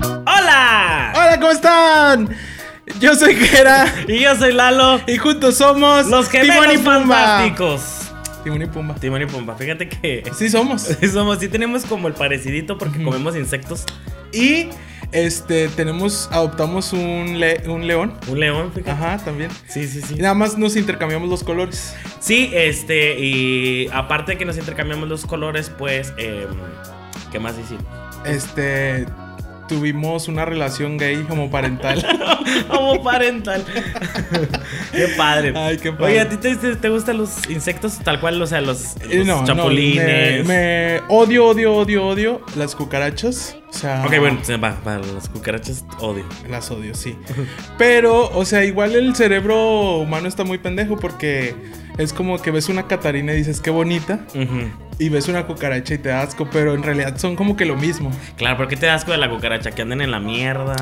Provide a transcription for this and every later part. ¡Hola! Hola, ¿cómo están? Yo soy Gera Y yo soy Lalo. y juntos somos Los Timón y gemelos Pumba. fantásticos. Timón y Pumba. Timón y Pumba. Fíjate que Sí somos. somos, sí tenemos como el parecidito porque comemos insectos. Y este tenemos adoptamos un, le- un león. Un león, fíjate. Ajá, también. Sí, sí, sí. Y nada más nos intercambiamos los colores. Sí, este, y aparte de que nos intercambiamos los colores, pues, em, ¿qué más hicimos? Este tuvimos una relación gay homoparental. Como parental. qué padre. Ay, qué padre. Oye, ¿a ti te, te- te gustan los insectos tal cual? O sea, los, Eh, los chapulines. me, me odio, odio, odio, odio las cucarachas. O sea, Ok, bueno, se va, va, las cucarachas odio. Las odio, sí. Pero, o sea, igual el cerebro humano está muy pendejo porque es como que ves una catarina y dices qué bonita Ujú. y ves una cucaracha y te da asco, pero en realidad son como que lo mismo. Claro, ¿por qué te das asco de la cucaracha? Que anden en la mierda.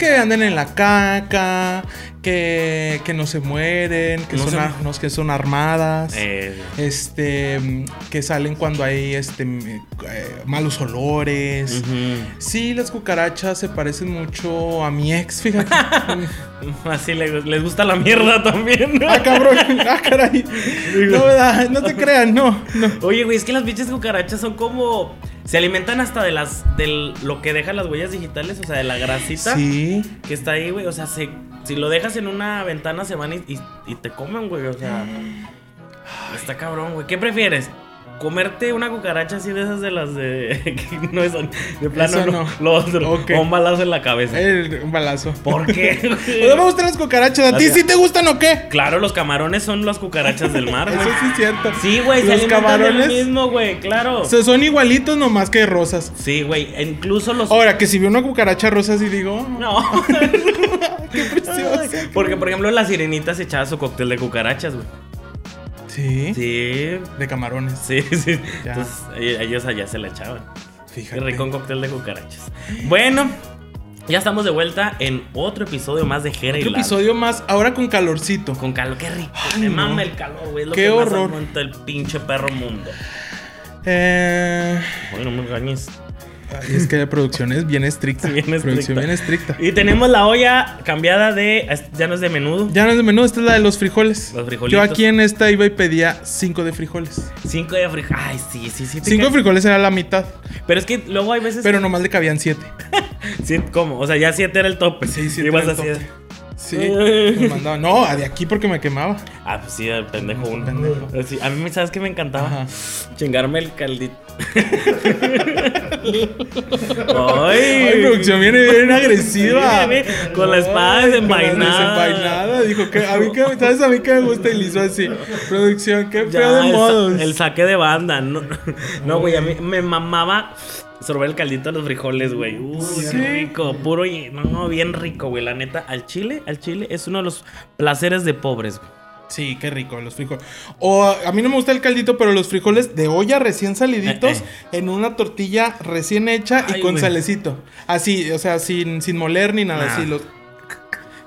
Que anden en la caca, que, que no se mueren, que, No son, se- ar- no, que son armadas. Eh, Este, mm, que salen cuando hay este, mm, eh, malos olores. ujú. Sí, las cucarachas se parecen mucho a mi ex, fíjate. Así le- les, gusta la mierda también. ¿no? Ah, cabrón. Ah, caray. No, ¿verdad? no te crean, no. no. Oye, güey, es que las bichas cucarachas son como. Se alimentan hasta de las. del lo que dejan las huellas digitales, o sea, de la grasita Sí. que está ahí, güey. O sea, se- si lo dejas en una ventana, se van y, y- y te comen, güey. O sea. Está cabrón, güey. ¿Qué prefieres? ¿Comerte una cucaracha así de esas de las de. que no es. De plano, Eso no. no. Lo otro. Ok. O un balazo en la cabeza. El, un balazo. ¿Por qué? güey? No me gustan las cucarachas. ¿A ti Gracias. sí te gustan o qué? Pues, Claro, los camarones son las cucarachas del mar, Eso güey. sí es cierto. Sí, güey, se Los alimentan de lo camarones mismo, güey, claro. o sea, son igualitos nomás que rosas. Sí, güey, e incluso los... Ahora, que si veo una cucaracha rosa, sí digo. No. No. Qué preciosa. Porque, por ejemplo, la sirenita se echaba su cóctel de cucarachas, güey. Sí. Sí, De camarones. sí, sí. Ya. Entonces, e- ellos allá se la echaban. Qué Fíjate. rico un cóctel de cucarachas. Bueno, ya estamos de vuelta en otro episodio más de Jera y Otro Lalo. episodio más, ahora con calorcito. Con calor, qué rico. Ay, Me no. mama el calor, güey. Es lo Qué que más horror. aguanta el pinche perro mundo. Eh, Bueno, no me engañes. ay, es que la producción es bien estricta. Bien estricta. Producción bien estricta. Y tenemos la olla cambiada de. Ya no es de menudo. Ya no es de menú, esta es la de los frijoles. Los frijolitos. Yo aquí en esta iba y pedía cinco de frijoles. Cinco de frijoles. Ay, sí, sí, sí. te Cinco ca- frijoles era la mitad, Pero es que luego hay veces. pero nomás le cabían siete. Sí, ¿Cómo? O sea, ya siete era el tope. Sí, siete Ibas era el así de- tope. Sí, me mandaba. No, de aquí porque me quemaba. Ah, pues sí, el pendejo uno. Pendejo. Sí, a mí, ¿sabes qué me encantaba? Ajá. Chingarme el caldito. Ay, producción viene bien agresiva. Viene, viene, eh, con la espada Ay, desenvainada. con la desenvainada. Dijo que a mí que ¿sabes? a mí que me gusta y le hizo así. Producción, qué Ya, feo de el, sa- modos. el saque de banda. No, no, güey, a mí me mamaba sorber el caldito de los frijoles, güey. Uy, Sí. qué rico, puro y no, no, bien rico, güey. La neta, al chile, al chile es uno de los placeres de pobres, güey. Sí, qué rico los frijoles. O a mí no me gusta el caldito, pero los frijoles de olla recién saliditos Eh, en una tortilla recién hecha Ay, y con güey. salecito. Así, o sea, sin, sin moler ni nada, Nah. así los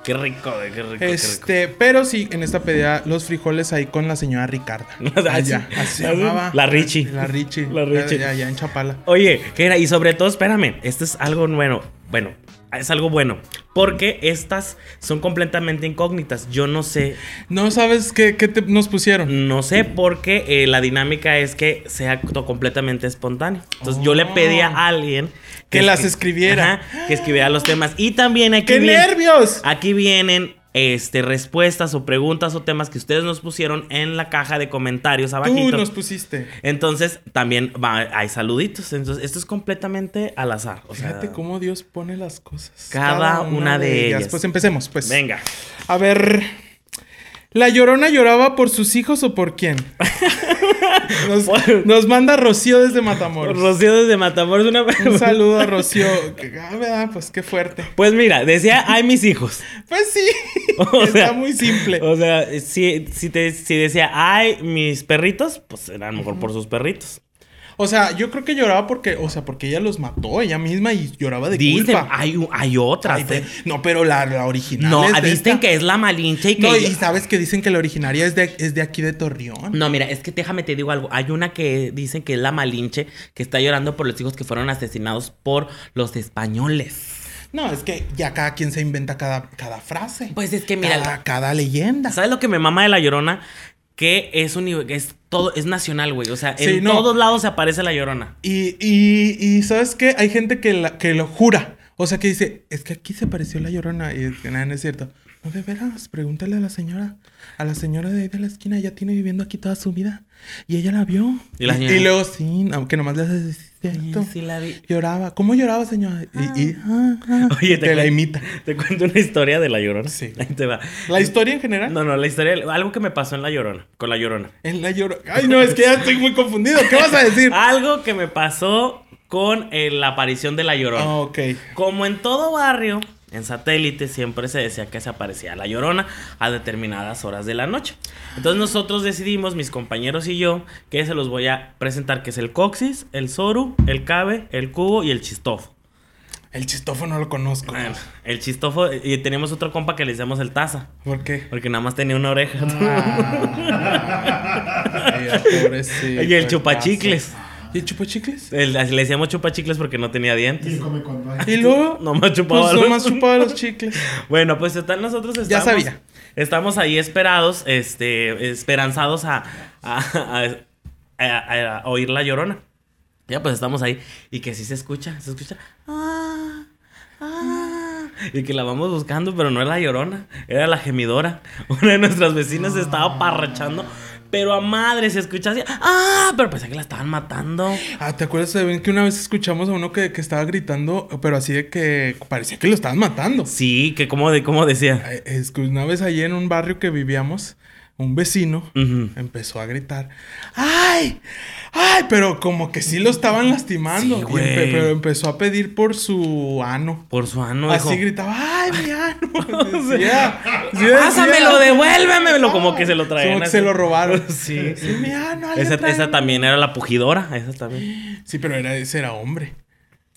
Qué rico, güey, qué rico, qué rico. Este, pero sí, en esta pedía los frijoles ahí con la señora Ricarda. Allá, Así- así se así- llamaba. Ah, la Richie. La Richie. La Richie. Allá, allá en Chapala. Oye, Jera, y sobre todo, espérame, esto es algo bueno. Bueno, es algo bueno. Porque estas son completamente incógnitas. Yo no sé ¿No sabes qué, qué te- nos pusieron? No sé, porque eh, la dinámica es que sea to- completamente espontáneo. Entonces yo le pedí a alguien Oh. Que las escri- escribiera. Ajá, que escribiera los temas. Y también aquí, ¡Qué viene- nervios! aquí vienen este, respuestas o preguntas o temas que ustedes nos pusieron en la caja de comentarios Tú abajito. nos pusiste. Entonces también va- hay saluditos. Entonces esto es completamente al azar. O sea, Fíjate cómo Dios pone las cosas. Ah. cada una de ellas. Pues empecemos, pues. Venga. A ver. ¿La llorona lloraba por sus hijos o por quién? Nos, Por- nos manda Rocío desde Matamoros. Rocío desde Matamoros, una Un saludo a Rocío. Ah, ¿verdad? Pues qué fuerte. Pues mira, decía, ay mis hijos. Pues sí. O sea, Está muy simple. O sea, si, si, te, si decía, ay, mis perritos, pues era a lo mejor por sus perritos. O sea, yo creo que lloraba porque, o sea, porque ella los mató ella misma y lloraba de Dicen, culpa. hay, u- hay otras. Ay, eh. pe- no, pero la, la original. no, ah, es de dicen esta. que es la malinche y que. No, ella- y sabes que dicen que la originaria es de, es de aquí de Torreón. No, mira, es que déjame te digo algo. Hay una que dicen que es la Malinche, que está llorando por los hijos que fueron asesinados por los españoles. No, es que ya cada quien se inventa cada, cada frase. Pues es que mira, cada, cada leyenda. ¿sabes lo que me mama de la Llorona? Que es un es todo es nacional, güey. O sea, Sí, en no. todos lados se aparece la Llorona. Y, y, y sabes que hay gente que, la- que lo jura. O sea, que dice, es que aquí se pareció la llorona. Y es que nada, no es cierto. No, de veras, pregúntale a la señora. A la señora de ahí de la esquina, ella tiene viviendo aquí toda su vida. Y ella la vio. Y la señora- luego, sí, aunque nomás le haces esto. Sí, la vi. Lloraba. ¿Cómo lloraba, señora? Y, y- ah, ah. Oye, te te la cuento- imita. Te cuento una historia de la Llorona. Sí. Ahí te va. ¿La historia en general? No, no, la historia, algo que me pasó en la Llorona, con la Llorona. En la llorona. Ay, no, es que ya estoy muy confundido. ¿Qué vas a decir? Algo que me pasó con eh, la aparición de la Llorona. Ah, ok. Como en todo barrio, en satélite siempre se decía que se aparecía la llorona a determinadas horas de la noche. Entonces nosotros decidimos, mis compañeros y yo, que se los voy a presentar, que es el coxis, el soru, el cabe, el cubo y el chistofo. El chistofo no lo conozco. Bueno, El chistofo, y teníamos otro compa que le decíamos el taza, ¿Por qué? porque nada más tenía una oreja. Ay, pobrecito, Y el el chupachicles. tazo. ¿Y el chupachicles? El- así le decíamos chupachicles porque no tenía Y dientes. come cuando hay. Y luego. Nomás chupaba pues, los- nomás chupaba los chicles. Bueno, pues están nosotros estamos, Ya sabía. Estamos ahí esperados, este, esperanzados a, a, a- a- a oír la llorona. Ya pues estamos ahí y que sí se escucha, se escucha. "Ah, ah", Y que la vamos buscando, pero no era la llorona, era la gemidora. Una de nuestras vecinas se estaba parrachando, pero a madre se escucha así. ¡Ah! Pero pensé que la estaban matando. Ah, ¿te acuerdas de Ben que una vez escuchamos a uno que, que estaba gritando, pero así de que parecía que lo estaban matando? Sí, que como de, cómo decía. Eh, Es que una vez allí en un barrio que vivíamos, un vecino Ujú. empezó a gritar: ¡Ay! ¡Ay! Pero como que sí lo estaban lastimando. Sí, Y empe- güey. pero empezó a pedir por su ano. Por su ano. Así dijo. gritaba, ¡ay, mi ano! sea, Decía, sí decía. Pásamelo, devuélvemelo. Como que se lo Como traen. que así. se lo robaron. Sí. Sí, mi ano, alguien Esa, esa tráemelo. también era la pugidora. Esa también. Sí, pero era, ese era hombre,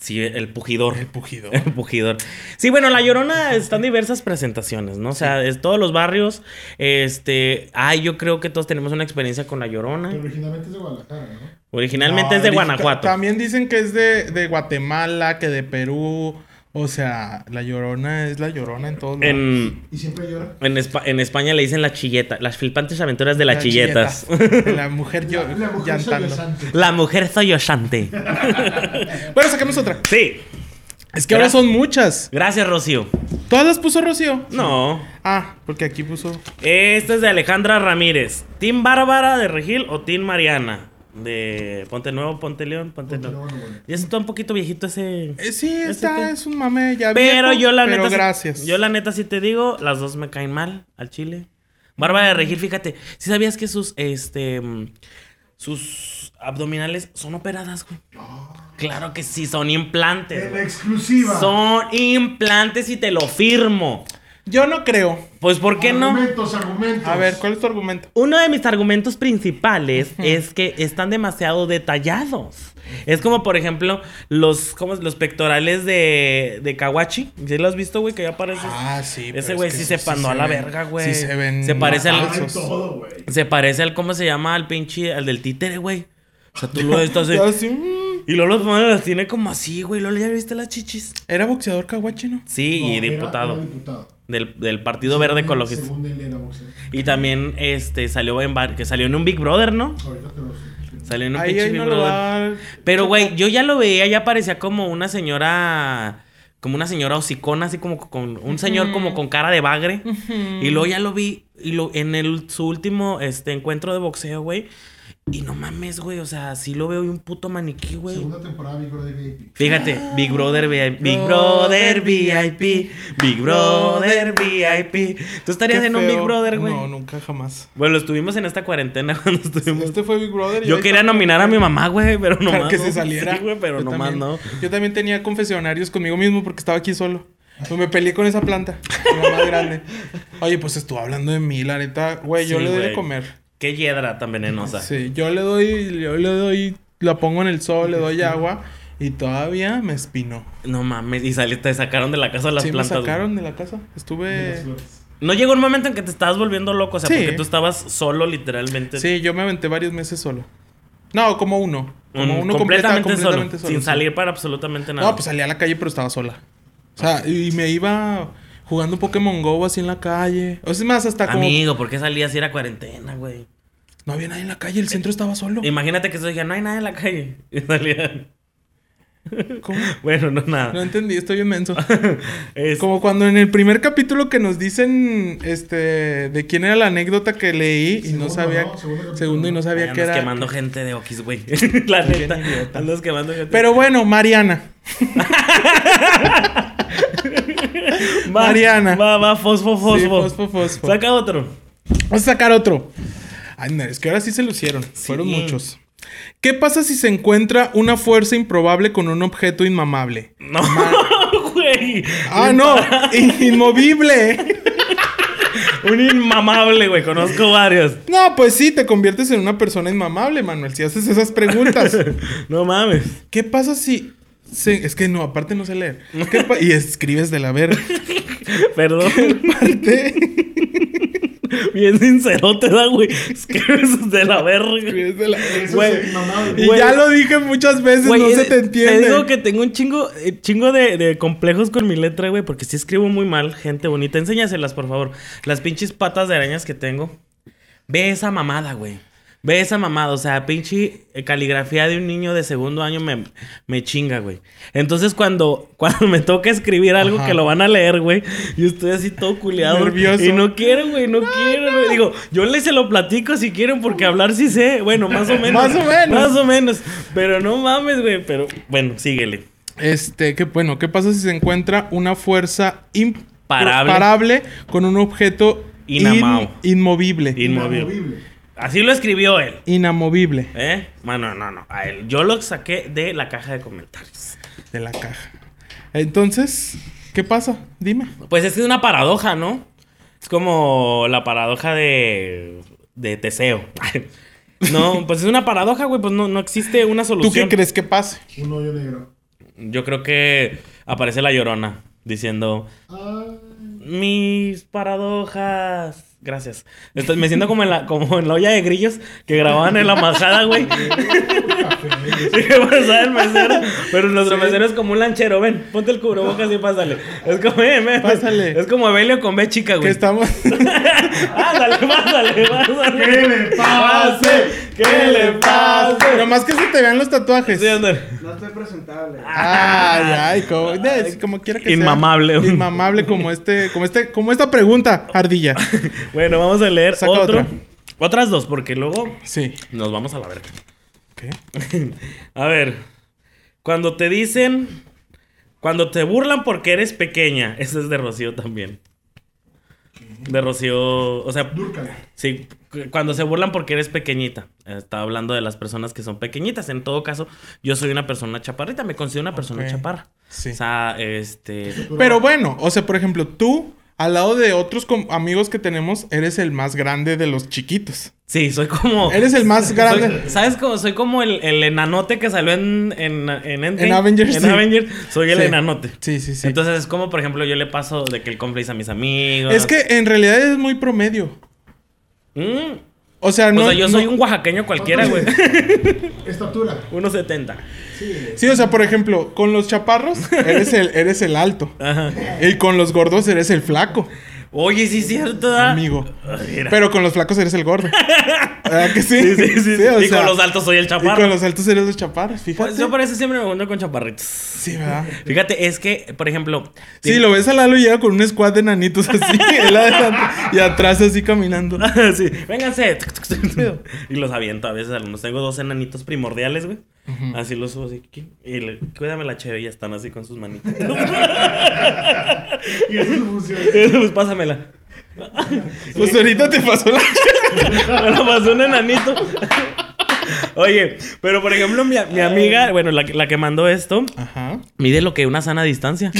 Sí, el pugidor. el pujido. El pugidor. Sí, bueno, La Llorona están diversas presentaciones, ¿no? O sea, es todos los barrios. Este. Ay, yo creo que todos tenemos una experiencia con La Llorona. Pero originalmente es de Guadalajara, ¿no? Originalmente No, es de dice- Guanajuato. También dicen que es de, de Guatemala, que de Perú. O sea, la llorona es la llorona en todos lados. En, Y siempre llora. en, Espa- en España le dicen la chilleta. Las flipantes aventuras de las La chilletas. chilleta. La mujer, yo, La, la mujer llantando. sollozante. La mujer sollozante. Bueno, saquemos otra. Sí. Es que ahora Gra- son muchas. Gracias, Rocío. ¿Todas las puso Rocío? No. Ah, porque aquí puso. Esta es de Alejandra Ramírez. ¿Team Bárbara de Regil o Team Mariana? De Ponte Nuevo, Ponte León, Ponte, Ponte Nuevo. Nuevo, Nuevo. Ya está un poquito viejito ese. Eh, sí, Ese está, te- es un mame ya Este Pero viejo, yo la pero neta. sí- gracias. Yo la neta sí te digo, las dos me caen mal al chile. Bárbara de Regil, fíjate, si sabías que sus este mm, sus abdominales son operadas, güey. Ah. Claro que sí, son implantes. En güey. exclusiva. Son implantes y te lo firmo. Yo no creo. Pues ¿por qué no? Argumentos, argumentos. A ver, ¿cuál es tu argumento? Uno de mis argumentos principales es que están demasiado detallados. Es como, por ejemplo, los, ¿cómo es? los pectorales de, de Kawachi. ¿Sí lo has visto, güey? Que ya parece. Ah, sí. Ese güey sí se pandó a la verga, güey. Sí se ven. Se parece al- Ay, falsos. todo, güey. Se parece al, ¿cómo se llama? Al pinche, al del títere, güey. O sea, tú lo ves así. Ya así, mm. Y luego los manos las tiene como así, güey. Luego ya viste las chichis. Era boxeador Kawachi, ¿no? Sí, y No, era- diputado. era diputado. Del, del Partido Verde Según- Ecologista. Según él era boxeador. Y también este salió en bar- que salió en un Big Brother, ¿no? Ahorita te lo Salió en un Ahí, pinche ahí Big no lo Brother. va. Pero, güey, yo ya lo veía, ya parecía como una señora. Como una señora hocicona, así como con. Un señor como con cara de bagre. Y luego ya lo vi. Y lo, en el, su último este, encuentro de boxeo, güey. Y no mames, güey. O sea, sí lo veo y un puto maniquí, güey. Segunda temporada Big Brother VIP. Fíjate, Big Brother VIP, Big Brother VIP, Big Brother VIP. Tú estarías Qué en un feo. Big Brother, güey. No, nunca jamás. Bueno, lo estuvimos en esta cuarentena cuando estuvimos. Este fue Big Brother. y Yo ahí quería está. nominar a mi mamá, güey, pero Para nomás. que no. se saliera. Sí, güey, pero Yo nomás también- no. Yo también tenía confesionarios conmigo mismo porque estaba aquí solo. Pues me peleé con esa planta. La más grande. Oye, pues estuvo hablando de mí, la neta. Güey, yo Sí, le doy de güey. comer. Qué hiedra tan venenosa. Sí, yo le doy, yo le doy la pongo en el sol, le doy agua y todavía me espinó. No mames, y sali- te sacaron de la casa las sí, plantas. me güey. sacaron de la casa. De las Estuve... flores. No llegó un momento en que te estabas volviendo loco, o sea, Sí. porque tú estabas solo literalmente. Sí, yo me aventé varios meses solo. No, como uno. Mm, Como uno completamente, completa- solo, completamente solo. Sin sí. salir para absolutamente nada. No, pues salí a la calle, pero estaba sola. O sea, y me iba jugando Pokémon Go así en la calle. O sea, es más, hasta como. Amigo, ¿por qué salías si era cuarentena, güey? No había nadie en la calle, el centro estaba solo. Imagínate que se diga, no hay nada en la calle. Y salían. ¿Cómo? Bueno, no No nada. entendí, estoy inmenso. Es- Como cuando en el primer capítulo que nos dicen este de quién era la anécdota que leí y no Segundo, sabía. ¿no? Segundo capítulo, Segundo y no ¿no? Ay, sabía andas que era. quemando gente de Oquis, güey. la Bien neta. idiota. Andas quemando gente. Pero bueno, Mariana. Va, Mariana. Va, va, fosfo, fosfo. Sí, fosfo, fosfo. Saca otro. Vamos a sacar otro. Ay, no, es que ahora sí se lucieron. Fueron Sí. muchos. ¿Qué pasa si se encuentra una fuerza improbable con un objeto inmamable? No, güey. ¡Ah, no! In- ¡Inmovible! Un inmamable, güey. Conozco varios. No, pues sí, te conviertes en una persona inmamable, Manuel, si haces esas preguntas. No mames. ¿Qué pasa si... se- Es que no, aparte no sé leer. ¿Qué pa- y escribes de la verga. Perdón. Aparte, Bien sincero te da, güey. Escribes de la verga. escribes de la Eso verga. es Güey. inmamable. Y Güey. ya lo dije muchas veces, Güey, no eh, se te entiende. Te digo que tengo un chingo, eh, chingo de, de complejos con mi letra, güey, porque si escribo muy mal, gente bonita. Enséñaselas, por favor. Las pinches patas de arañas que tengo. Ve esa mamada, güey. Ve esa mamada. O sea, pinche eh, caligrafía de un niño de segundo año me, me chinga, güey. Entonces, cuando, cuando me toca escribir algo Ajá. que lo van a leer, güey, yo estoy así todo culeado. Nervioso. Y no quiero, güey, no, quiero. güey. Digo, yo les se lo platico si quieren, porque hablar sí sé. Bueno, más o menos. Más o menos. Más o menos. Pero no mames, güey. Pero bueno, síguele. Este, que bueno, ¿qué pasa si se encuentra una fuerza Parable. imparable con un objeto in- Inamao. inmovible? Inmovible. Así lo escribió él. inamovible ¿Eh? Bueno, no, no. A él. Yo lo saqué de la caja de comentarios. de la caja. Entonces, ¿qué pasa? Dime. Pues es que es una paradoja, ¿no? Es como la paradoja de. de Teseo. No, pues es una paradoja, güey. Pues no, no existe una ¿Tú qué solución. crees que pase? Un hoyo negro. Yo creo que aparece la llorona diciendo. Ay, Mis paradojas. Gracias. Esto- me siento como en, la, como en la olla de grillos que grababan en la majada, güey. café. Y que pasaba el mesero. Pero nuestro Sí. mesero es como un lanchero. Ven, ponte el cubrebocas y pásale. Es como, eh, ven. Pásale. Es como Abelio con B chica, Que güey. estamos. Ándale, pásale, pásale. ¿Qué le pase? ¿Qué le pase? Nomás que se te vean los tatuajes. Sí, ándale. No estoy presentable. Ay, Ah. ay, como, es como quiera que sea. Inmamable. Inmamable como este, como este, como esta pregunta, ardilla. Bueno, vamos a leer Saca otro. otra. Otras dos, porque luego Sí. nos vamos a la verga. ¿Qué? A ver, cuando te dicen, cuando te burlan porque eres pequeña, ese es de Rocío también. De Rocío, o sea, Dúrcale. sí, cu- cuando se burlan porque eres pequeñita. Eh, Estaba hablando de las personas que son pequeñitas. En todo caso, yo soy una persona chaparrita, me considero una persona Ok. chaparra. Sí. O sea, este... Pero bueno, o sea, por ejemplo, tú, al lado de otros com- amigos que tenemos, eres el más grande de los chiquitos. Sí, soy como... Eres el más grande. Soy- ¿Sabes cómo? Soy como el, el enanote que salió en, en, en Endgame. En Avengers, En sí. Avengers. Soy el Sí. enanote. Sí, sí, sí. Entonces es como, por ejemplo, yo le paso de que el confle a mis amigos. es que en realidad es muy promedio. Mm. O sea, no. o sea, yo no- soy un oaxaqueño cualquiera, güey. Estatura. 1.70. Sí. Sí, o sea, por ejemplo, con los chaparros eres el, eres el alto. Ajá. Y con los gordos eres el flaco, Oye, sí es cierto, ¿da? amigo. Ay, mira. Pero con los flacos eres el gordo. ¿Verdad que sí? Sí, sí, sí. Sí, o y sea, con los altos soy el y chaparro. con los altos eres los chaparros, fíjate. Pues yo por eso siempre me junto con chaparritos. Sí, ¿verdad? Fíjate, es que, por ejemplo... Sí, lo ves a Lalo y llega con un squad de nanitos así, él adelante, y atrás así caminando. sí, vénganse. y los aviento a veces a algunos. Tengo dos enanitos primordiales, güey. Así los subo así. ¿qué? Y le, cuídame la chévere y ya están así con sus manitas. Y eso es función. pues pásamela. Pues ahorita te pasó la Me la pasó un enanito. Oye, pero por ejemplo, mi, mi amiga, bueno, la, que- la que mandó esto, Ajá. mide lo que una sana distancia.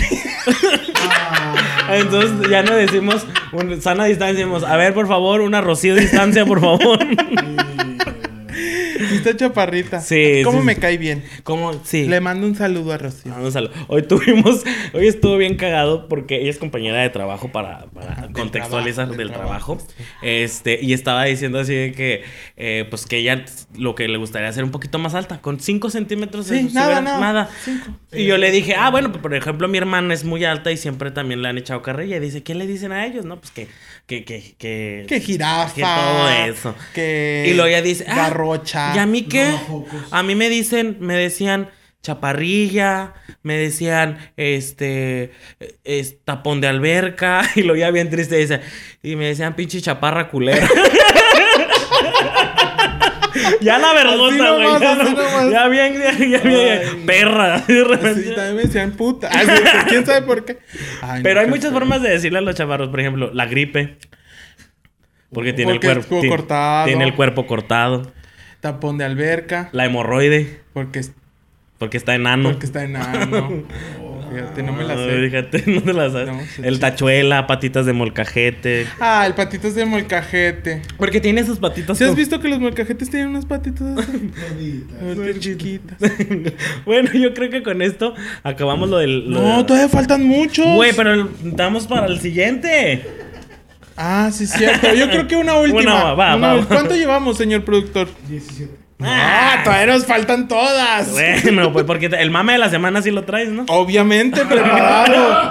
Ah, Entonces ya no decimos un- sana distancia, decimos, a ver, por favor, una rocío distancia, por favor. eh, Y está chaparrita. Sí, ¿Cómo sí, me sí. cae bien? ¿Cómo? Sí. Le mando un saludo a Rocío. Vamos a lo- Hoy tuvimos, hoy estuvo bien cagado porque ella es compañera de trabajo para, para Ajá, del contextualizar trabajo, del, del trabajo. trabajo, Este, y estaba diciendo así de que eh, pues que ella lo que le gustaría hacer un poquito más alta, con 5 centímetros de Sí, su- nada, subida, nada. nada. Cinco. Y yo le dije, ah, bueno, pues, por ejemplo, mi hermana es muy alta y siempre también le han echado carrilla. Y dice, ¿qué le dicen a ellos? No, pues que, que, que, que. Que jirafa. Que todo eso. Que. Y luego ella dice, ah, Garrocha. ¿Y a mí qué? Romafocos. A mí me dicen, me decían chaparrilla, me decían este eh, es tapón de alberca y lo ya bien triste dice y me decían pinche chaparra culera. ya la Así vergüenza, nomás, güey. Ya, así no- nomás. ya bien, ya, ya bien, Ay. perra. de repente. Sí, también me decían puta. Ay, sí, pues, ¿Quién sabe por qué? Ay, Pero no, hay qué muchas feo. formas de decirle a los chavarros, por ejemplo, la gripe. Porque tiene Porque el cuerpo estuvo tiene, cortado. tiene el cuerpo cortado. Tapón de alberca. La hemorroide, Porque, es- porque está enano. porque está enano. Fíjate, no me la Ay, sé. fíjate, no te la sabes. No, sí, el sí. tachuela, patitas de molcajete. Ah, el patito es de molcajete. Porque tiene sus patitas. ¿Sí has como- visto que los molcajetes tienen unas patitas así? Gordita. Ahorita chiquitas. bueno, yo creo que con esto acabamos lo del. lo No, del- todavía faltan muchos. Güey, pero el- damos para el siguiente. Ah, sí, cierto. Yo creo que una última. Una, va, Una va, ul- va. ¿Cuánto llevamos, señor productor? 17. Ah, todavía nos faltan todas. Bueno, pues porque te- el mame de la semana sí lo traes, ¿no? Obviamente preparado.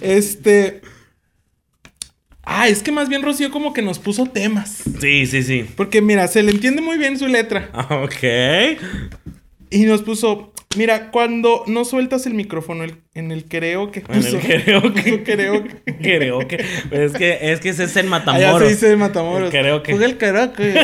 este. Ah, es que más bien Rocío como que nos puso temas. Sí, sí, sí. Porque mira, se le entiende muy bien su letra. Ah, Ok. Y nos puso, mira, cuando no sueltas el micrófono el- en el creo que Bueno, el creo que. creo Creo que. Es que, es que ese es en Allá se Matamoros. dice El Matamoros. karaoke. Juega el karaoke.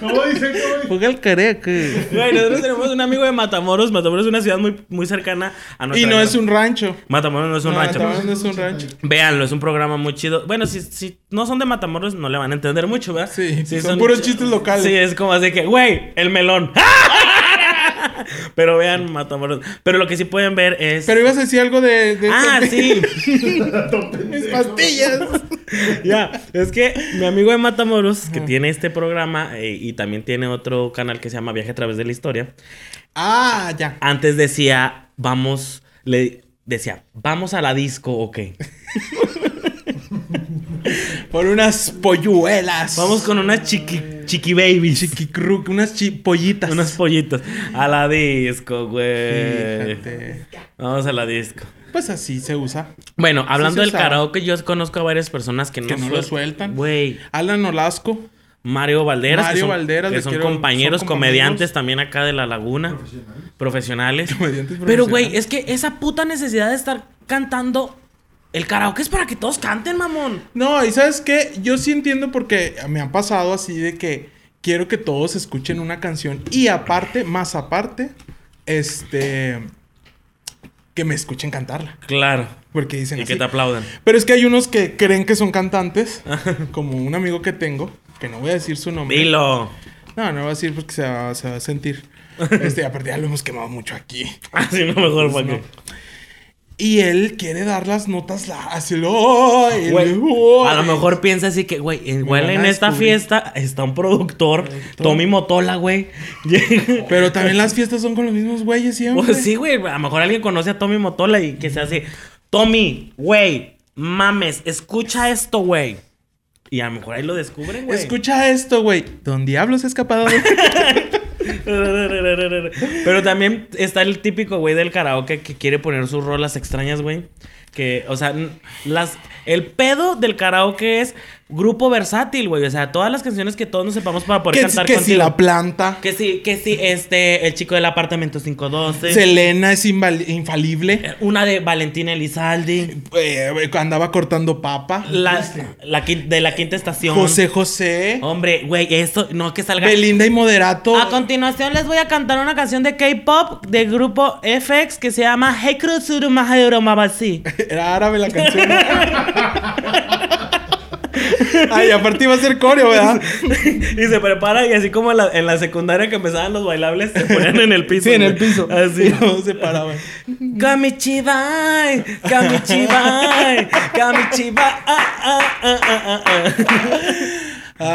¿Cómo dice? ¿Cómo dice? Juega el karaoke. Güey, nosotros tenemos un amigo de Matamoros. Matamoros es una ciudad muy, muy cercana a nuestra Y no ciudad. es un rancho. Matamoros no es un No, rancho. Matamoros no es un rancho. Véanlo, es un programa muy chido. Bueno, si, si no son de Matamoros, no le van a entender mucho, ¿verdad? Sí, son puros chistes locales. Sí, es como así que, güey, el melón. Pero vean Matamoros. Pero lo que sí pueden ver es. Pero ibas a decir algo de. de ah, sí. Mis pastillas. Ya, es que mi amigo de Matamoros, que tiene este programa eh, y también tiene otro canal que se llama Viaje a través de la historia, ah, ya. antes decía, vamos, le decía, vamos a la disco, ok. Por unas polluelas. Vamos con unas chiqui, chiqui babies. Chiquicruc, unas chi- pollitas. Unos pollitos. A la disco, güey. Fíjate. Vamos a la disco. Pues así se usa. Bueno, hablando se del usaba. karaoke, yo conozco a varias personas que no, Que no lo sueltan. Güey. Alan Olasco. Mario Valderas. Mario que son, Valderas, que le son quiero- compañeros, son compañeros. comediantes también acá de La Laguna. Profesionales. Comediantes Pero, profesionales. güey, es que esa puta necesidad de estar cantando. El karaoke es para que todos canten, mamón. No, y sabes qué? Yo sí entiendo porque me han pasado así de que quiero que todos escuchen una canción. Y aparte, más aparte, este. Que me escuchen cantarla. Claro. Porque dicen Y que así. te aplaudan. Pero es que hay unos que creen que son cantantes, como un amigo que tengo, que no voy a decir su nombre. Dilo. No, no voy a decir porque se va, se va a sentir. Este, aparte ya lo hemos quemado mucho aquí. Así no mejor para Pues no. que. Y él quiere dar las notas la- así lo. y Güey, lo- a lo mejor piensa así que, güey, igual van a en esta descubrir. fiesta está un productor, Tommy Motola, güey. Pero también las fiestas son con los mismos güeyes siempre. pues sí, güey, a lo mejor alguien conoce a Tommy Motola y que se hace, Tommy, güey, mames, escucha esto, güey. Y a lo mejor ahí lo descubren, güey. Escucha esto, güey. Don Diablo se ha escapado. Pero también está el típico güey del karaoke que quiere poner sus rolas extrañas, güey. Que, o sea, n- las, el pedo del karaoke es grupo versátil, güey. O sea, todas las canciones que todos nos sepamos para poder que cantar que si contigo. la planta. Que sí, que sí, este, el chico del apartamento 512. Selena es invali- infalible. Una de Valentina Elizalde. Eh, andaba cortando papa. La, la quin- de la quinta estación. José José. Hombre, güey, esto, no que salga. Belinda y Moderato. A continuación les voy a cantar una canción de K-pop del grupo FX que se llama Hey Kurosuru Mahayoro Mabasi. Era árabe la canción. Ay, aparte iba a ser coreo, ¿verdad? y se prepara y así como en la, en la secundaria que empezaban los bailables, se ponían en el piso. Sí, en el güey. piso. Así. Y luego se paraban. Kamichibai, Kamichibai, Kamichibai. ah, ah, ah, ah, ah.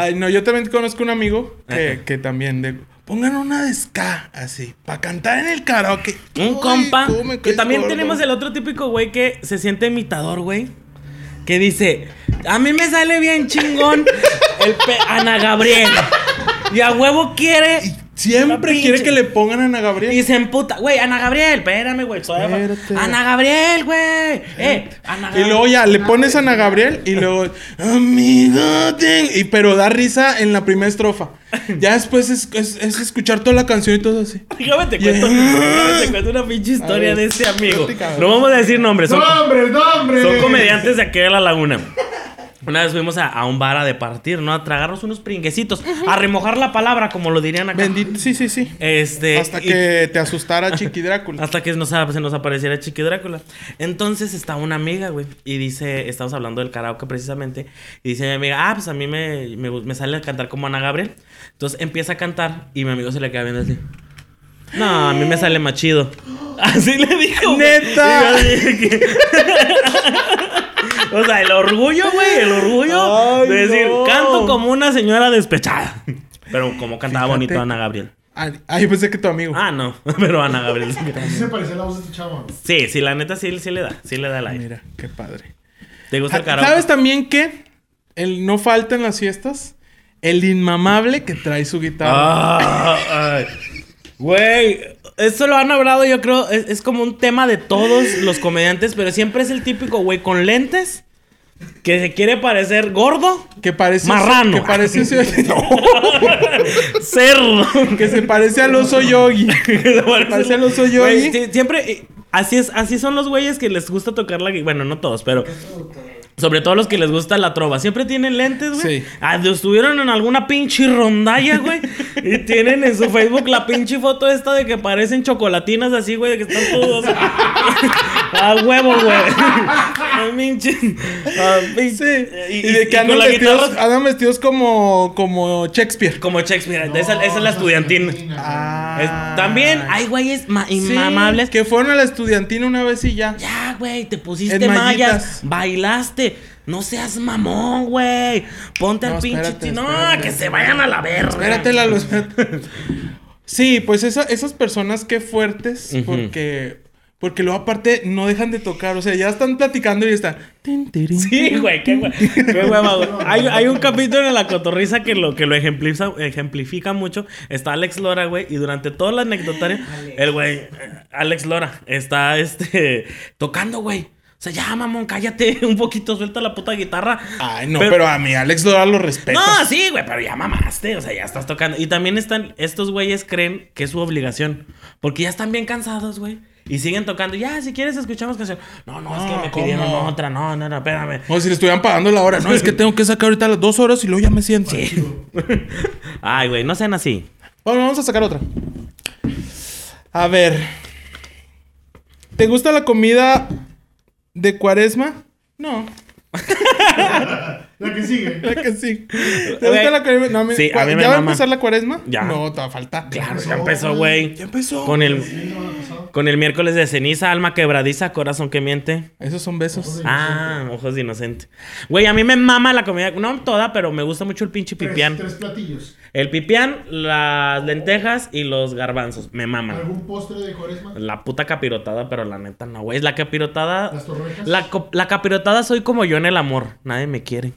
Ay, no, yo también conozco un amigo que, que también de. Pongan una de ska, así, para cantar en el karaoke. Un Uy, compa. cómo me Que caes también gordo. tenemos el otro típico güey que se siente imitador, güey. Que dice, a mí me sale bien chingón el pe- Ana Gabriel. Y a huevo quiere. Una Siempre pinche- quiere que le pongan a Ana Y Gabriel. se emputa. Güey, Ana Gabriel, espérame, güey. todavía va. Espérate. Ana Gabriel, güey. Eh, Ana Y Gabriel. luego ya Ah, le pones a Ana Gabriel y luego, amigo, ten-". y pero da risa en la primera estrofa. Ya después es, es- es escuchar toda la canción y todo así. Déjame te cuento, Yeah. déjame te cuento una pinche historia ver, de este amigo. platícame. No vamos a decir nombres, son, ¡Nombre, nombre! son comediantes de aquí de la laguna. Una vez fuimos a, a un bar a departir, ¿no? A tragarnos unos pringuecitos, a remojar la palabra, como lo dirían acá. Bendito, sí, sí, sí. Este, Hasta y- que te asustara Chiqui Drácula. hasta que nos, se nos apareciera Chiqui Drácula. Entonces estaba una amiga, güey, y dice, estamos hablando del karaoke precisamente, y dice mi amiga, ah, pues a mí me, me, gu- me sale a cantar como Ana Gabriel. Entonces empieza a cantar y mi amigo se le queda viendo así. No, a mí me sale más chido. Así le dijo. güey. ¡Neta! Y yo dije que- o sea, el orgullo, güey, el orgullo Ay, de decir, no. canto como una señora despechada. Pero como cantaba Fíjate. bonito Ana Gabriel. Ay, ay, pensé que tu amigo. Ah, no, pero Ana Gabriel. sí que- Sí se parecía la voz de tu chavo. Sí, sí, la neta sí, sí le da, sí le da el aire. Mira, qué padre. Ah, ¿Te gusta el karaoke? ¿Sabes también que el no falta en las fiestas? El inmamable que trae su guitarra. Ah, ay. Güey, esto lo han hablado, yo creo, es, es como un tema de todos los comediantes, pero siempre es el típico güey con lentes que se quiere parecer gordo, Que parece. Marrano. Que parece. cerdo. que se parece al oso yogi. se parece al oso yogi. Güey, sí, siempre eh, así es, así son los güeyes que les gusta tocar la gui- bueno, no todos, pero sobre todo los que les gusta la trova, siempre tienen lentes, güey. Sí. Ah, de- estuvieron en alguna pinche rondalla, güey, y tienen en su Facebook la pinche foto esta de que parecen chocolatinas así, güey, de que están todos a huevo, güey. Ah, pinche. ah, pinche. Eh, Y, de que andan vestidos, andan vestidos como, como Shakespeare. como Shakespeare, esa, esa es la estudiantina. Ah. Es- también hay güeyes ma- Sí, inmamables Que fueron a la estudiantina una vez y ya. Ya, güey, te pusiste En mallas, mallitas. bailaste. No seas mamón, güey. Ponte No, al pinche. espérate, ti- no, espérate. que se vayan a la verga. Espérate, Lalo, espérate. Sí, pues esa- esas personas que fuertes, Ujú. porque. Porque luego aparte no dejan de tocar. O sea, ya están platicando y están. tin, tirin, Sí, güey, qué güey. Qué hueva, güey. Hay, hay un capítulo en La Cotorrisa que lo, que lo ejempliza- ejemplifica mucho. Está Alex Lora, güey, y durante toda la anecdotaria, el güey, eh, Alex Lora, está este, tocando, güey. O sea, ya, mamón, cállate un poquito, suelta la puta guitarra. Ay, no, pero, a mí Alex Dora lo respeta. No, sí, güey, pero ya mamaste, o sea, ya estás tocando. Y también están, estos güeyes creen que es su obligación, porque ya están bien cansados, güey. Y siguen tocando, ya, si quieres escuchamos canción. No, no, es que No, me pidieron ¿cómo? otra, no, no, no, espérame. O si le estuvieran pagando la hora. No, es que tengo que sacar ahorita las dos horas y luego ya me siento. Ay, güey, no sean así. Bueno, vamos a sacar otra. A ver. ¿Te gusta la comida de cuaresma? No, La que sigue. la que sí. ¿Te Güey. gusta la cuaresma? No, a mí- Sí, a mí ¿Ya me va a mama. empezar la cuaresma? Ya. No, te va a faltar. Claro, ya empezó, güey. Ya empezó. Con el, Sí, no, no, pasado. con el miércoles de ceniza, alma quebradiza, corazón que miente. Esos son besos. Ah, ojos de inocente. Güey, a mí me mama la comida, no toda, pero me gusta mucho el pinche Tres- pipián. Tres platillos. El pipián, las lentejas y los garbanzos. Me maman. ¿Algún postre de cuaresma? La puta capirotada, pero la neta no, güey. La capirotada. ¿Las torrejas? La, co- la capirotada soy como yo en el amor. Nadie me quiere.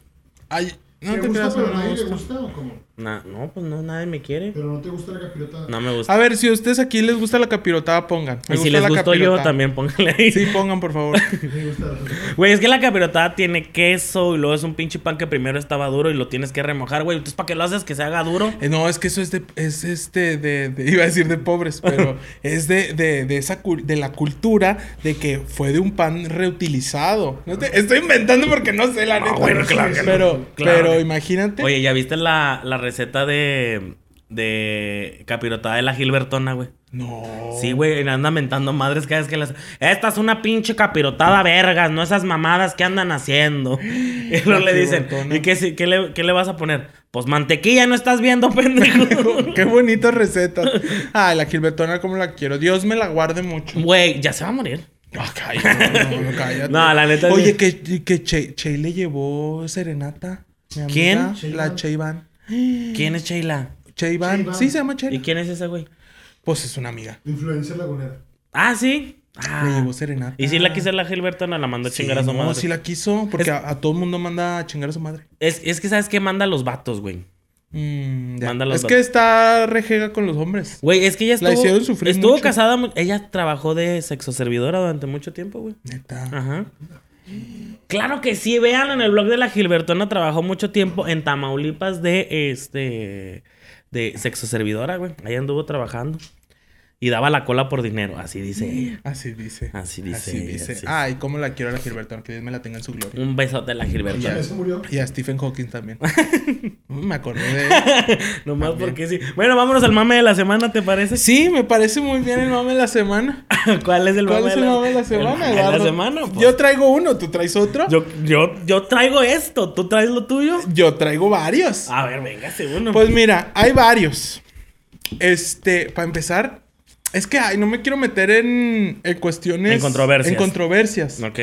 Ay, no ¿Te, te gusta creas, no pero me a nadie le gusta. gusta o cómo? Na- no, pues no, nadie me quiere. Pero no te gusta la capirotada. No me gusta. A ver, si a ustedes aquí les gusta la capirotada, pongan. Ah, Me y si gusta les la gustó yo, capirotada. también póngale ahí. Sí, pongan, por favor. Me gusta la capirotada. Güey, es que la capirotada tiene queso y luego es un pinche pan que primero estaba duro y lo tienes que remojar, güey. Entonces, ¿para qué lo haces que se haga duro? Eh, No, es que eso es de, es este de, de- iba a decir de pobres, pero es de, de, de esa cul- de la cultura de que fue de un pan reutilizado. No te- estoy inventando porque no sé la neta. bueno, claro que no. pero, Claro pero que- imagínate. Oye, ¿ya viste la, la receta de, de capirotada de la Gilbertona, güey? No. Sí, güey, anda mentando madres cada vez que las. Esta es una pinche capirotada vergas, no esas mamadas que andan haciendo. Y luego La le dicen, gigantona. ¿y qué, si- qué le, qué le vas a poner? Pues mantequilla, no estás viendo, pendejo. Qué bonita receta. Ay, la Gilbertona, como la quiero. Dios me la guarde mucho. Güey, ya se va a morir. Ah, cállate, no, no, cállate. No, la neta, Oye, sí. que, que Che, Che le llevó serenata. Mi amiga, ¿Quién? La Cheyvan. ¿Quién es Sheila? Cheyvan. Cheyvan. Sí, se llama ¿Y Cheyvan. quién es ese güey? Pues es una amiga. Influencer lagunera. Ah, sí. Me Ah. llevó serenata. Y si la quiso la Gilbertona, la mandó a chingar a su Sí, madre. No, sí la quiso, porque Es- a, a todo el mundo manda a chingar a su madre. es, es que sabes que manda a los vatos, güey. Mm, ya. Manda los Es dos. que está rejega con los hombres. Güey, es que ella estuvo. La hicieron sufrir Estuvo mucho. casada. mu- Ella trabajó de sexoservidora durante mucho tiempo, güey. Neta. Ajá. Claro que sí, vean en el blog de la Gilbertona trabajó mucho tiempo en Tamaulipas de este de sexo servidora, güey. Ahí anduvo trabajando y daba la cola por dinero, así dice ella. Así dice. Así dice Así ella, dice. sí. Ay, cómo la quiero a la Gilbertón, que Dios me la tenga en su gloria. Un besote a la Gilbertona. Ya. ¿Eso murió? Y a Stephen Hawking también. Mm, me acordé de... Nomás porque sí. Bueno, vámonos al mame de la semana, ¿te parece? Sí, me parece muy bien el mame de la semana. ¿Cuál es el ¿Cuál mame es el mame de la semana, el mame de la Eduardo? semana, pues. Yo traigo uno, ¿tú traes otro? Yo, Yo, yo, yo traigo esto, tú traes lo tuyo. traigo varios. A ver, véngase uno. Pues mira, hay varios. Este, para empezar, es que ay, no me quiero meter en, en cuestiones... En controversias. En controversias. ok.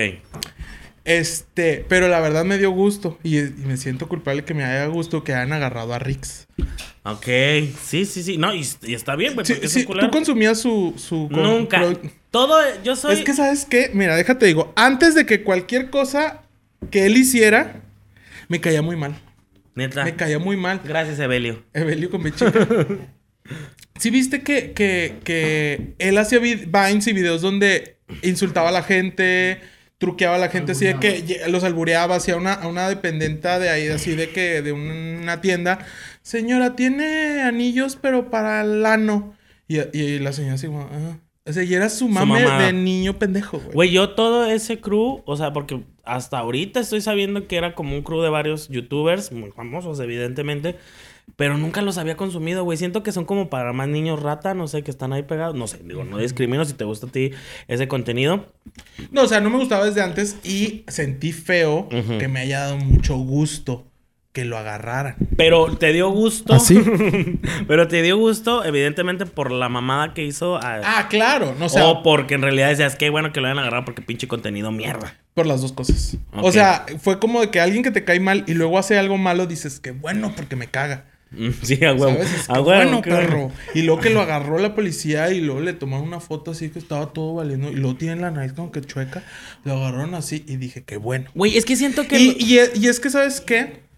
Este, pero la verdad me dio gusto y, y me siento culpable que me haya gusto que hayan agarrado a Rix. Ok. Sí, sí, sí. No, y, y está bien, güey. Sí, porque es sí, un culero. ¿Tú consumías su... su con- Nunca. pro- Todo, yo soy. Es que, ¿sabes qué? Mira, déjate digo, antes de que cualquier cosa que él hiciera, me caía muy mal. Neta. Me caía muy mal. Gracias, Evelio. Evelio con mi chica. ¿Sí viste que, que, que él hacía vid- vines y videos donde insultaba a la gente, truqueaba a la gente así de que ye- los albureaba hacia una, a una dependenta de ahí, así de que de una tienda? Señora, tiene anillos pero para el ano. Y, y la señora así como... "Ah". O sea, y era su mame mamada. de niño pendejo, güey. Güey, yo todo ese crew, o sea, porque hasta ahorita estoy sabiendo que era como un crew de varios youtubers, muy famosos, evidentemente, pero nunca los había consumido, güey. Siento que son como para más niños rata, no sé, que están ahí pegados. No sé, digo, no discrimino si te gusta a ti ese contenido. No, o sea, no me gustaba desde antes y sentí feo Ujú. que me haya dado mucho gusto que lo agarraran. Pero te dio gusto. ¿Ah, sí? pero te dio gusto, evidentemente, por la mamada que hizo. a- Ah, claro, no, o sea, o porque en realidad decías, qué bueno que lo hayan agarrado porque pinche contenido mierda. por las dos cosas. O Ok. sea, fue como de que alguien que te cae mal y luego hace algo malo, dices que bueno, porque me caga. Mm, Sí, a huevo. ¿Sabes? Es que A huevo. bueno, qué perro. Y luego que lo agarró la policía y luego le tomaron una foto así que estaba todo valiendo. Y luego tiene la nariz como que chueca. Lo agarraron así y dije que bueno. Güey, es que siento que. Y, y e- y es que, ¿sabes qué?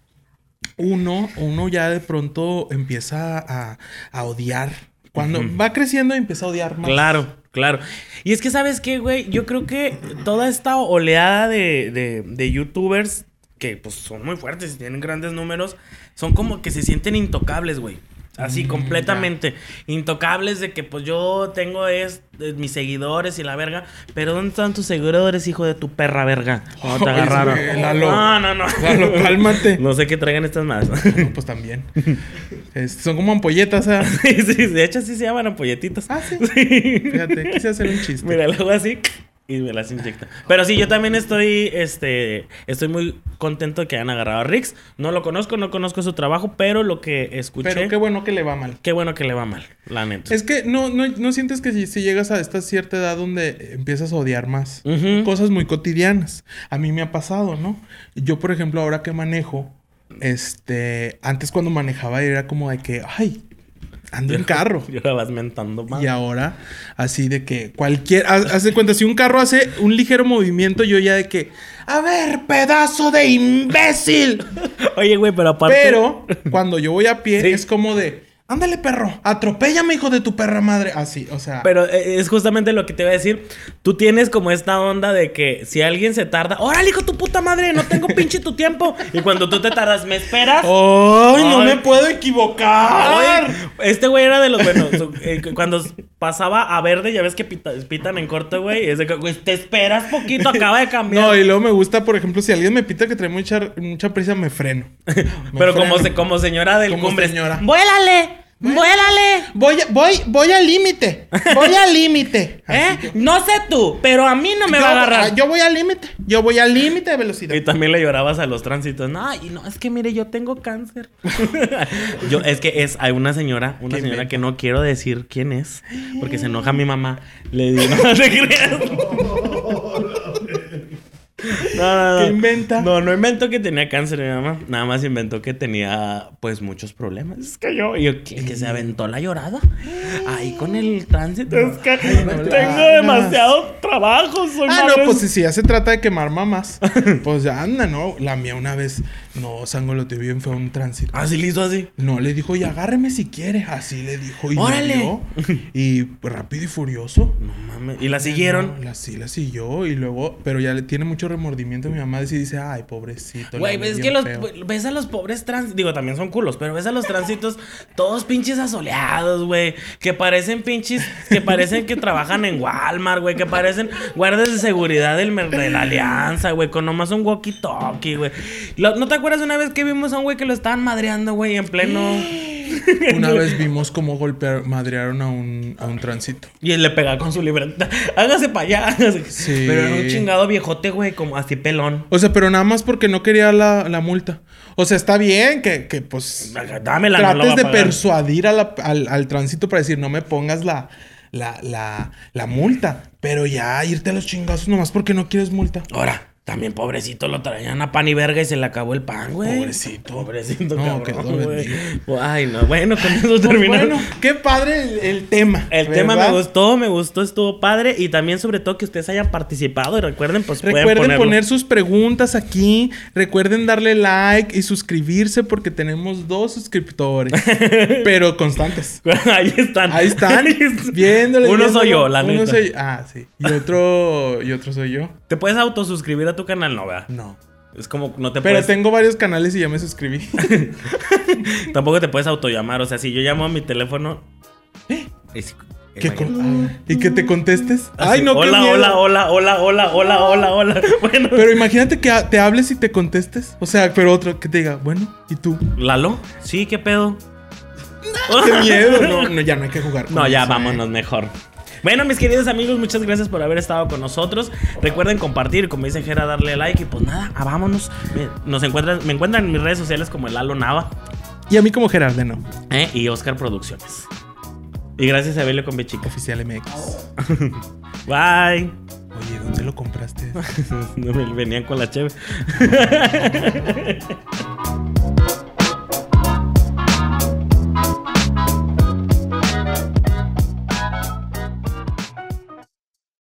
Uno, uno ya de pronto empieza a, a odiar. Cuando va creciendo empieza a odiar más. Claro, claro. Y es que, ¿sabes qué, güey? Yo creo que toda esta oleada de, de- de youtubers que pues son muy fuertes y tienen grandes números, son como que se sienten intocables, güey. Mm, Así, completamente. Intocables de que pues yo tengo es, eh, mis seguidores y la verga. Pero ¿dónde están tus seguidores, hijo de tu perra verga? ¿Cómo te Ay, agarraron? güey, eh, Lalo. No, no, no. Lalo, cálmate. No sé qué traigan estas más. No, pues también. Es- son como ampolletas, ¿ah? Sí, sí, de hecho, sí se llaman ampolletitas. Ah, sí. Sí. Fíjate, quise hacer un chiste. Mira, la hago así y me las inyecta. Pero sí, yo también estoy, este, estoy muy contento de que hayan agarrado a Rix. No lo conozco, no conozco su trabajo, pero lo que escuché, Pero qué qué, bueno que le va mal. bueno que le va mal, la neta. Es que no, no, no sientes que si, si llegas a esta cierta edad donde empiezas a odiar más. Ujú. Cosas muy cotidianas. A mí me ha pasado, ¿no? Yo, por ejemplo, ahora que manejo, este, antes cuando manejaba era como de que, ay, ando en carro. Yo la vas mentando mal. Y ahora, así de que cualquier. ha- Haz de cuenta, si un carro hace un ligero movimiento, yo ya de que. ¡A ver, pedazo de imbécil! Oye, güey, pero aparte. Pero cuando yo voy a pie, Sí. es como de. Ándale, perro, atropéllame, hijo de tu perra madre. Así, o sea. Pero eh, es justamente lo que te iba a decir. Tú tienes como esta onda de que si alguien se tarda, ¡órale, hijo de tu puta madre! No tengo pinche tu tiempo. Y cuando tú te tardas, ¿me esperas? ¡Ay, no Ay. me puedo equivocar! Oye, este güey era de los buenos. Su- eh, cu- cuando s- pasaba a verde, ya ves que pita- pitan en corto, güey. Es de que, güey, te esperas poquito, acaba de cambiar. No, y luego me gusta, por ejemplo, si alguien me pita que trae mucha, mucha prisa, me freno. Me Pero freno. como, se, como señora del Como cumbre. señora. ¡Vuélale! ¡Vuélale! Voy, voy, voy al límite. Voy al límite. ¿Eh? No sé tú, pero a mí no me va a agarrar. Yo voy al límite. Yo voy al límite de velocidad. Y también le llorabas a los tránsitos. No, y no, es que mire, yo tengo cáncer. yo, es que es, hay una señora, una Qué señora invento. que no quiero decir quién es, porque se enoja mi mamá. Le digo, no te creas. Oh, la verga. No, no, no. ¿Qué inventa? No, no inventó que tenía cáncer mi mamá. Nada más inventó que tenía, pues, muchos problemas. Es que yo, y yo, que, que se aventó la llorada. Ahí con el tránsito. Es que no tengo hagas. demasiado trabajo. Soy Ah, madre- no, pues si si ya se trata de quemar mamás, pues ya anda, ¿no? La mía una vez, no, sangoloteó bien fue un tránsito. Así le hizo así. No, le dijo, y agárreme si quiere. Así le dijo, y ¡Órale! ¡Órale! y pues rápido y furioso. No mames. Y la siguieron. Ah, No, la, sí, la siguió y luego, pero ya le tiene mucho remordimiento mi mamá. Sí dice, ay, pobrecito. la Güey, vi ves que bien los, feo". ves a los pobres trans, digo, también son culos, pero ves a los tránsitos todos pinches asoleados, güey, que parecen pinches, que parecen que trabajan en Walmart, güey, que parecen guardas de seguridad del, mer- de la Alianza, güey, con nomás un walkie-talkie, güey. Lo- ¿No te acuerdas una vez que vimos a un güey que lo estaban madreando, güey, en pleno... Una vez vimos cómo golpear, madrearon a un, a un tránsito. Y él le pega con su libreta. Hágase para allá. hágase". Sí. Pero era un chingado viejote, güey, como así pelón. O sea, pero nada más porque no quería la, la multa. O sea, está bien que, que pues Dámela, no la trates voy a de pagar. persuadir a la- al, al tránsito para decir, no me pongas la, la, la, la multa. Pero ya irte a los chingazos nomás porque no quieres multa. Ahora, también pobrecito lo traían a pan y verga y se le acabó el pan, güey. Pobrecito. Pobrecito, No, no, quedó cabrón, güey. vendido. Ay, no. Bueno, con eso terminamos. Pues Bueno, pues qué padre el, el tema. Pues El tema me ¿verdad? gustó, me gustó, estuvo padre. Y también, sobre todo, que ustedes hayan participado. Y recuerden, pues, pueden Recuerden ponerlo. poner sus preguntas aquí. Recuerden darle like y suscribirse porque tenemos dos suscriptores, pero constantes. Ahí están. Ahí están, están. viéndole. Uno soy viéndolo. yo, la Uno neta. soy- ah, sí. Y otro, y otro soy yo. Te puedes autosuscribir a tu canal, no, Pues- ¿verdad? No. Es como, no te Pero puedes. tengo varios canales y ya me suscribí. Tampoco te puedes autollamar. O sea, si yo llamo a mi teléfono. es- ¿Eh? ¿Qué imagínate. con- y que te contestes. Ay, Así, no, Ah, qué hola, miedo. hola, hola, hola, hola, hola, hola, hola. Bueno, Pero imagínate que a- te hables y te contestes. O sea, pero otro que te diga, bueno, ¿y tú? ¿Lalo? Sí, ¿qué pedo? Qué miedo. No, no, ya no hay que jugar. con No, ya eso, ¿eh? vámonos mejor. Bueno, mis queridos amigos, muchas gracias por haber estado con nosotros. Recuerden compartir, como dice Jera, darle like y pues nada, ah, vámonos. Me- Nos encuentran, me encuentran en mis redes sociales como el Lalo Nava Y a mí como Gerardeno, ¿eh? y Oscar Producciones. Y gracias a Belio con Bechica. oficial MX. Bye. Oye, ¿dónde lo compraste? No me venían con la cheve.